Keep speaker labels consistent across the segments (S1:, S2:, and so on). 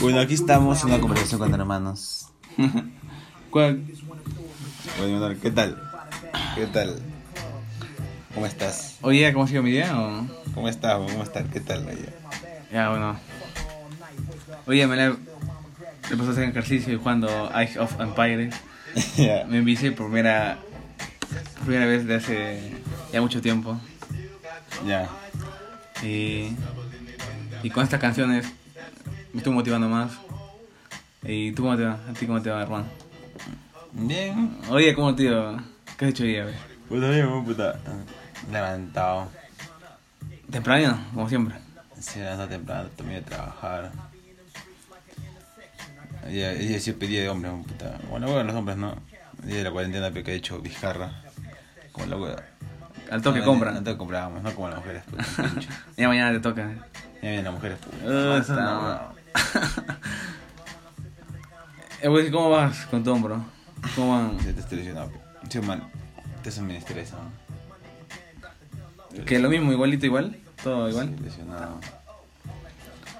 S1: Bueno, aquí estamos en una conversación con hermanos.
S2: ¿Cuál?
S1: Bueno, Manuel, ¿qué tal? ¿Qué tal? ¿Cómo estás?
S2: Hoy día, ¿cómo ha sido mi día? o?
S1: ¿Cómo estás? ¿Cómo estás? ¿Qué tal? Oye?
S2: Ya, bueno. Hoy día me la... Me pasé a hacer ejercicio y jugando Ice of Empires.
S1: Ya.
S2: Me envicié por primera... por primera vez de hace ya mucho tiempo.
S1: Ya.
S2: Y... Y con estas canciones me estuvo motivando más. ¿Y tú cómo te va? ¿A ti cómo te va, hermano?
S1: Bien.
S2: Oye, ¿cómo te va? ¿Qué has hecho hoy día, güey?
S1: Puta bien, pues, puta. Levantado.
S2: Temprano, como siempre.
S1: Se levanta temprano, terminé de trabajar. Y yo siempre día de hombres, pues, puta. Bueno, bueno, los hombres no. Día de la cuarentena pero que ha hecho Vizcarra. Como la hueá.
S2: Al toque
S1: No,
S2: compran.
S1: No te comprábamos, no como las mujeres, puta. pinche.
S2: Ya mañana te toca.
S1: Ya vienen las mujeres, puta.
S2: Ah, está mal. Eh, güey, ¿cómo vas con tu hombro? ¿Cómo van?
S1: Yo te estoy lesionado, pe. Sí, man. Te eso me estresa. man.
S2: Que lo mismo, igualito, igual. Todo igual.
S1: Sí, lesionado.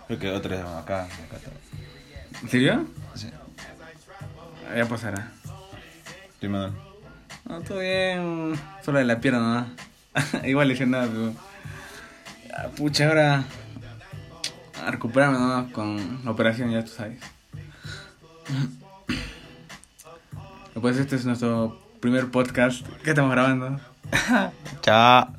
S1: Creo que otra vez van acá. acá atrás.
S2: ¿En serio?
S1: Sí.
S2: Ah, Ya pasará.
S1: Sí, Manuel.
S2: No, todo bien. Solo de la pierna nomás. igual lesionado, pero. Ah, pucha, ahora. A recuperarme nomás con la operación, ya tú sabes. Pues este es nuestro primer podcast que estamos grabando.
S1: Chao.